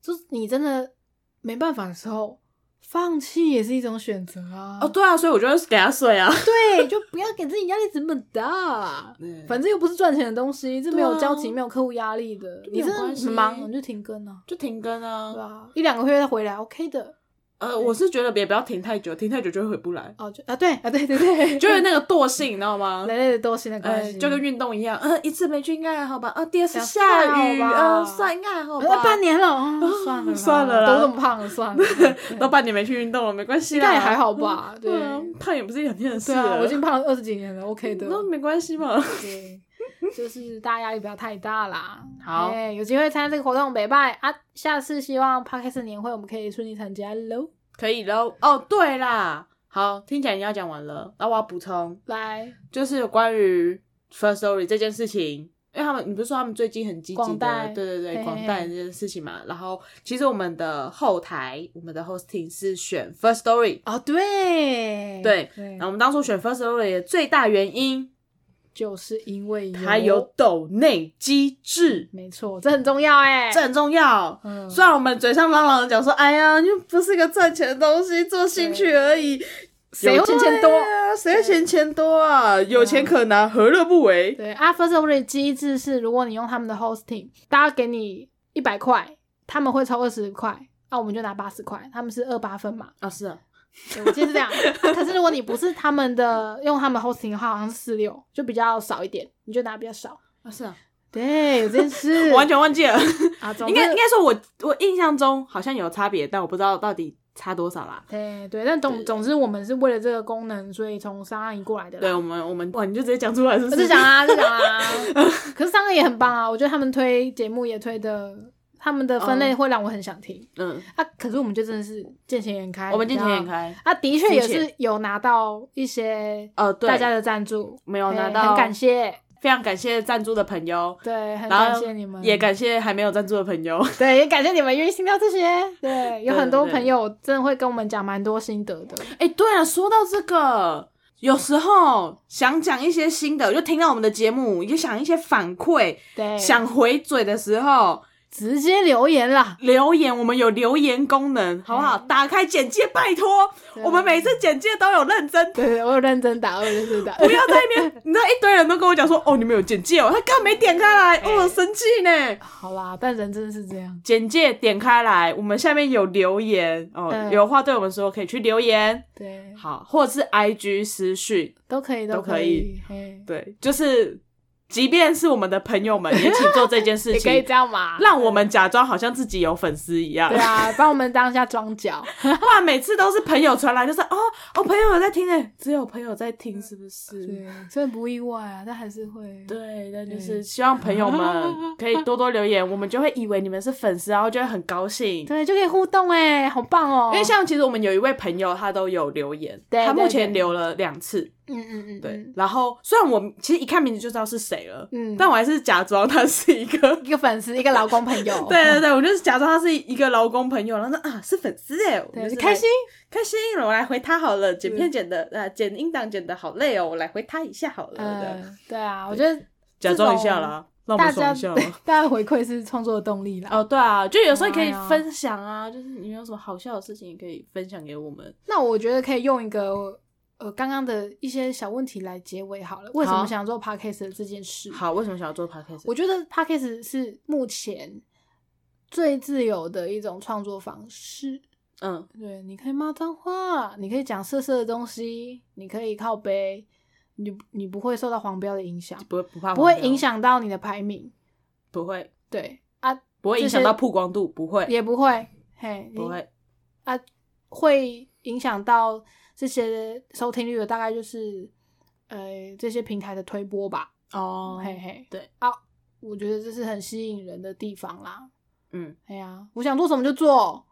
就是你真的没办法的时候，放弃也是一种选择啊。
哦，对啊，所以我就给他睡啊。
对，就不要给自己压力这么 大。
嗯，
反正又不是赚钱的东西，这没
对
有
啊
交集，没有客户压力的。
没
你
有
真
关系
的忙，你就停更啊，
就停更啊
对。吧？一两个月再回来，OK 的。
呃，我是觉得也不要停太久，停太久就会回不来，
哦，就啊，对啊，对对 对，
就是那个惰性，你知道吗？
人类的多心的关
呃，
系，
就跟运动一样，呃，一次没去应该还好吧？啊，第二次
两次
下
还
雨，
好吧
呃，算应该还好吧？
呃半年了， 哦算了啦
算了啦
都这么胖了，算了， 对啊
都半年没去运动了，没关系
应
啦，
该也还好吧？对
对啊，胖也不是一两天的事
对
了
嗯啊，嗯我已经胖了二十几年了，OK 的。
那没关系嘛。
对， 就是大家压力不要太大啦。
好
哎有机会参加这个活动，北拜啊！下次希望 Podcast 年会我们可以顺利参加喽。
可以喽。哦，对啦，好，听起来你要讲完了，那我要补充，
来，
就是有关于 First Story 这件事情。因为他们，你不是说他们最近很积极
广
的
代，
对对
嘿嘿
对，
嘿
广代这件事情嘛。然后，其实我们的后台，我们的 hosting 是选 First Story，
哦，对
对
对
然后我们当初选 First Story 的最大原因，
就是因为
它有抖内机制，
没错，这很重要哎、
这很重要。
嗯，
虽然我们嘴上朗朗的讲说，哎呀，又不是个赚钱的东西，做兴趣而已，
谁会
有
钱钱多
对啊？谁会嫌钱多啊？有钱可拿，何乐不为？
对啊，First Story 机制是，如果你用他们的 hosting，大家给你一百块，他们会抽二十块，那、我们就拿八十块，他们是二八分嘛。
啊，是啊，
对我记得 是这样。可是如果你不是他们的用他们 hosting 的话，好像是四六，就比较少一点，你就拿比较少。
啊是啊，
对，有这件事
我 完全忘记了。
啊，总
应该应
之
该说我，我印象中好像有差别，但我不知道到底差多少啦。
对对，但总总之我们是为了这个功能，所以从商岸移过来的
对
啦。
我们，我们哇，你就直接讲出来是不
我
是？
就讲啊，就讲啊。可是商岸也很棒啊，我觉得他们推节目也推的他们的分类会让我很想听、
嗯，
啊。可是我们就真的是见钱眼开，
我们
你
今
知
天也
道
开，
啊，的确也
肤浅
是有拿到一些
呃，对，
大家的赞助，
没有
对
拿到，
很感，谢，
非常感谢赞助的朋友，
对，很
然后
感谢你们，
也感谢还没有赞助的朋友，
对，也感谢你们愿意听到这些。 对，有
对
很多
对
朋友真的会跟我们讲蛮多心得的。
哎、对了，说到这个，有时候想讲一些新的，就听到我们的节目，也想一些反馈，
对，
想回嘴的时候，
直接留言啦，
留言我们有留言功能，好不好？打开简介，拜托，
对
我们每次简介都有认真。
对对，我有认真打，我有认真打。
不要在那边，你知道一堆人都跟我讲说，哦，你们有简介哦，他刚没点开 来，哦，生气呢。
好啦，但人真的是这样。
简介点开来，我们下面有留言哦，
嗯
有话对我们说可以去留言，
对，
好，或者是 IG 私讯，
都可以，
都可
可
以
以，嘿
对，就是即便是我们的朋友们，也请做这件事
也 可以
情，
这样嘛。
让我们假装好像自己有粉丝一样
对，啊，帮我们当一下庄 脚。
不然每次都是朋友传来，就是哦，哦，朋友有在听呢，只有朋友在听，是不是？
对，虽然不意外啊，但还是会。
对，那就
对
是希望朋友 们可以多多留言，我们就会以为你们是粉丝，然后就会很高兴。
对，就可以互动哎，好棒哦！
因为像其实我们有一位朋友，他都有留言，
对
他目
对
前
对
留了两次，
嗯嗯嗯，
对。
嗯
然后虽然我其实一看名字就知道是谁了，
嗯
但我还是假装他是一个，
一个粉丝，一个老公朋 友
对对对，我就是假装他是一个劳工朋友，然后说啊是粉丝哎，我就
对，
是
开
来
心。嗯
开心，我来回他好了，剪片剪的呃剪音档剪的好累哦，我来回他一下好了，这样
嗯，对啊，我觉得
假装一下啦，让我
大
们
家
爽一下嘛。
大家回馈是创作的动力啦。
哦，对啊，就有时候可
哎
以
呀
分享啊，就是你有什么好笑的事情，也可以分享给我们。
那我觉得可以用一个呃刚刚的一些小问题来结尾好了。为什
好
么想做 podcast 的这件事？
好，为什么想要做 podcast？
我觉得 podcast 是目前最自由的一种创作方式。
嗯，
对，你可以骂脏话，你可以讲色色的东西，你可以靠背，你你不会受到黄标的影响，
不会不怕
不会
黄标
影，响到你的排名。
不会
对啊，
不会影响
这些
到曝光度，不会
也不会，嘿，你
不会。
啊，会影响到这些收听率的，大概就是呃这些平台的推播吧。
哦
嘿嘿，
对
啊，我觉得这是很吸引人的地方啦。
嗯，
哎呀、我想做什么就做，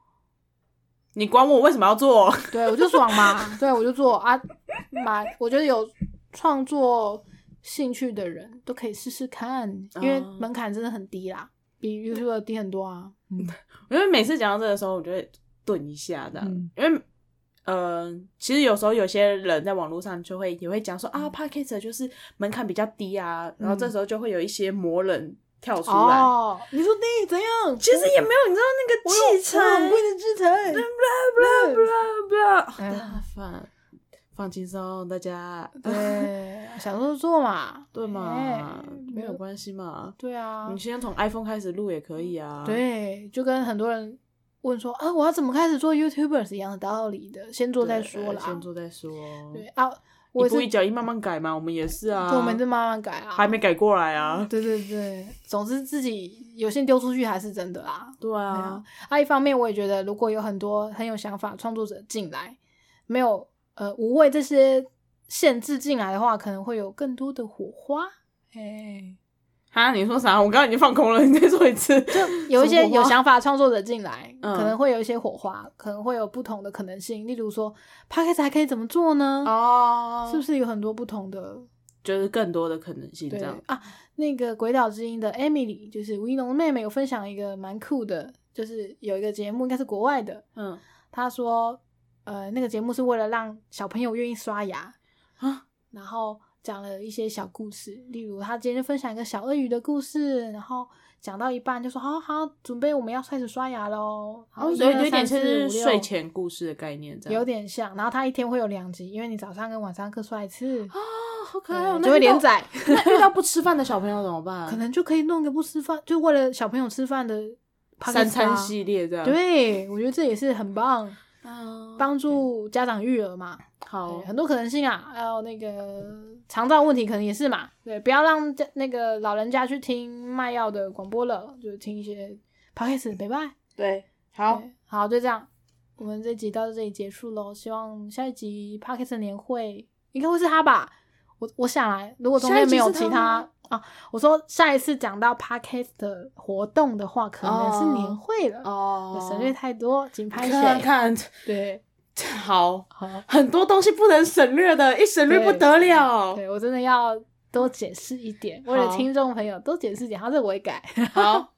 你管我为什么要做？哦
对我就爽嘛，对我就做啊，买我觉得有创作兴趣的人都可以试试看，因为
哦
门槛真的很低啦，比 YouTube 低很多啊。嗯，
因为每次讲到这个时候，我就会顿一下的，
嗯
因为。呃，其实有时候有些人在网络上就会也会讲说啊 p a c k a g e 就是门槛比较低啊，然后这时候就会有一些魔人跳出来。
哦，你说你怎样？
其实也没有，你知道
我
那
有
个器材，
我有很贵的制裁。
blah blah blah blah，
嗯
大反，放轻松，大家，
对，想做就做嘛，
对嘛
哎，
没有关系嘛，
对啊嗯
你，先从 iPhone 开始录也可以啊。，
对，就跟很多人问说啊，我要怎么开始做 YouTuber 是一样的道理的，先做再说啦。
先做再说。
对啊，我
一
也
步
是
一，脚印慢慢改嘛，我们也是啊，
对我们嗯就慢慢改啊，
还没。改过来啊。
对对对，总之自己有线丢出去还是真的啦。
对
对
啊
啊，，啊，一方面我也觉得，如果有很多很有想法的创作者进来，没有呃无畏这些限制进来的话，可能会有更多的火花。哎，
哈，你说啥？我刚刚已经放空了，你再说一次。
就嗯 有一
什么火
些
花
有想法的创作者进来，
嗯
可能会有一些火花，可能会有不同的可能性。例如说 p a c k a g e 还可以怎么做呢？
哦
是不是有很多不同的？
就是更多的可能性这
对
样？
啊，那个《鬼岛之音》的 Emily 就是吴一农的妹妹，有分享一个蛮酷的，就是有一个节目，应该是国外的。
嗯
她说，呃，那个节目是为了让小朋友愿意刷牙，
啊，
然后讲了一些小故事，例如他今天就分享一个小鳄鱼的故事，然后讲到一半就说：“好好，准备我们要开始刷牙喽。”然后
有
一
哦有
二
有点像
哦三四
是
五六
睡前故事的概念这样。
有点像。然后他一天会有两集，因为你早上跟晚上各刷一次，
啊，好可爱哦！
对
那嗯
就会
遇到
连。载，
那遇到不吃饭的小朋友怎么办？
可能就可以弄个不吃饭，就为了小朋友吃饭的 podcast
三餐
啊。
系列这样。，
对，我觉得这也是很棒，
嗯，
帮助家长育儿嘛。
好
对，很多可能性啊，还有那个肠道问题可能也是嘛，对，不要让家那个老人家去听卖药的广播了，就是听一些 podcast 拜拜。
对，好，
对好，就这样，我们这集到这里结束喽，希望下一集 podcast 年会应该会是他吧，我我下来，如果中间没有其
下一集是他
他
吗
啊，我说下一次讲到 podcast 的活动的话，可能是年会了。
哦
省略太多，紧拍
看
水。
看，
对，
好，
好，
很多东西不能省略的，一 省略不得了。
对我真的要多解释一点，为了
好
听众朋友多解释一点，他这我会改。
好，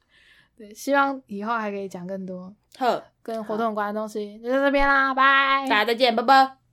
对，希望以后还可以讲更多
呵，
跟活动有关的东西，就到这边啦，拜，
哎大家再见，拜拜。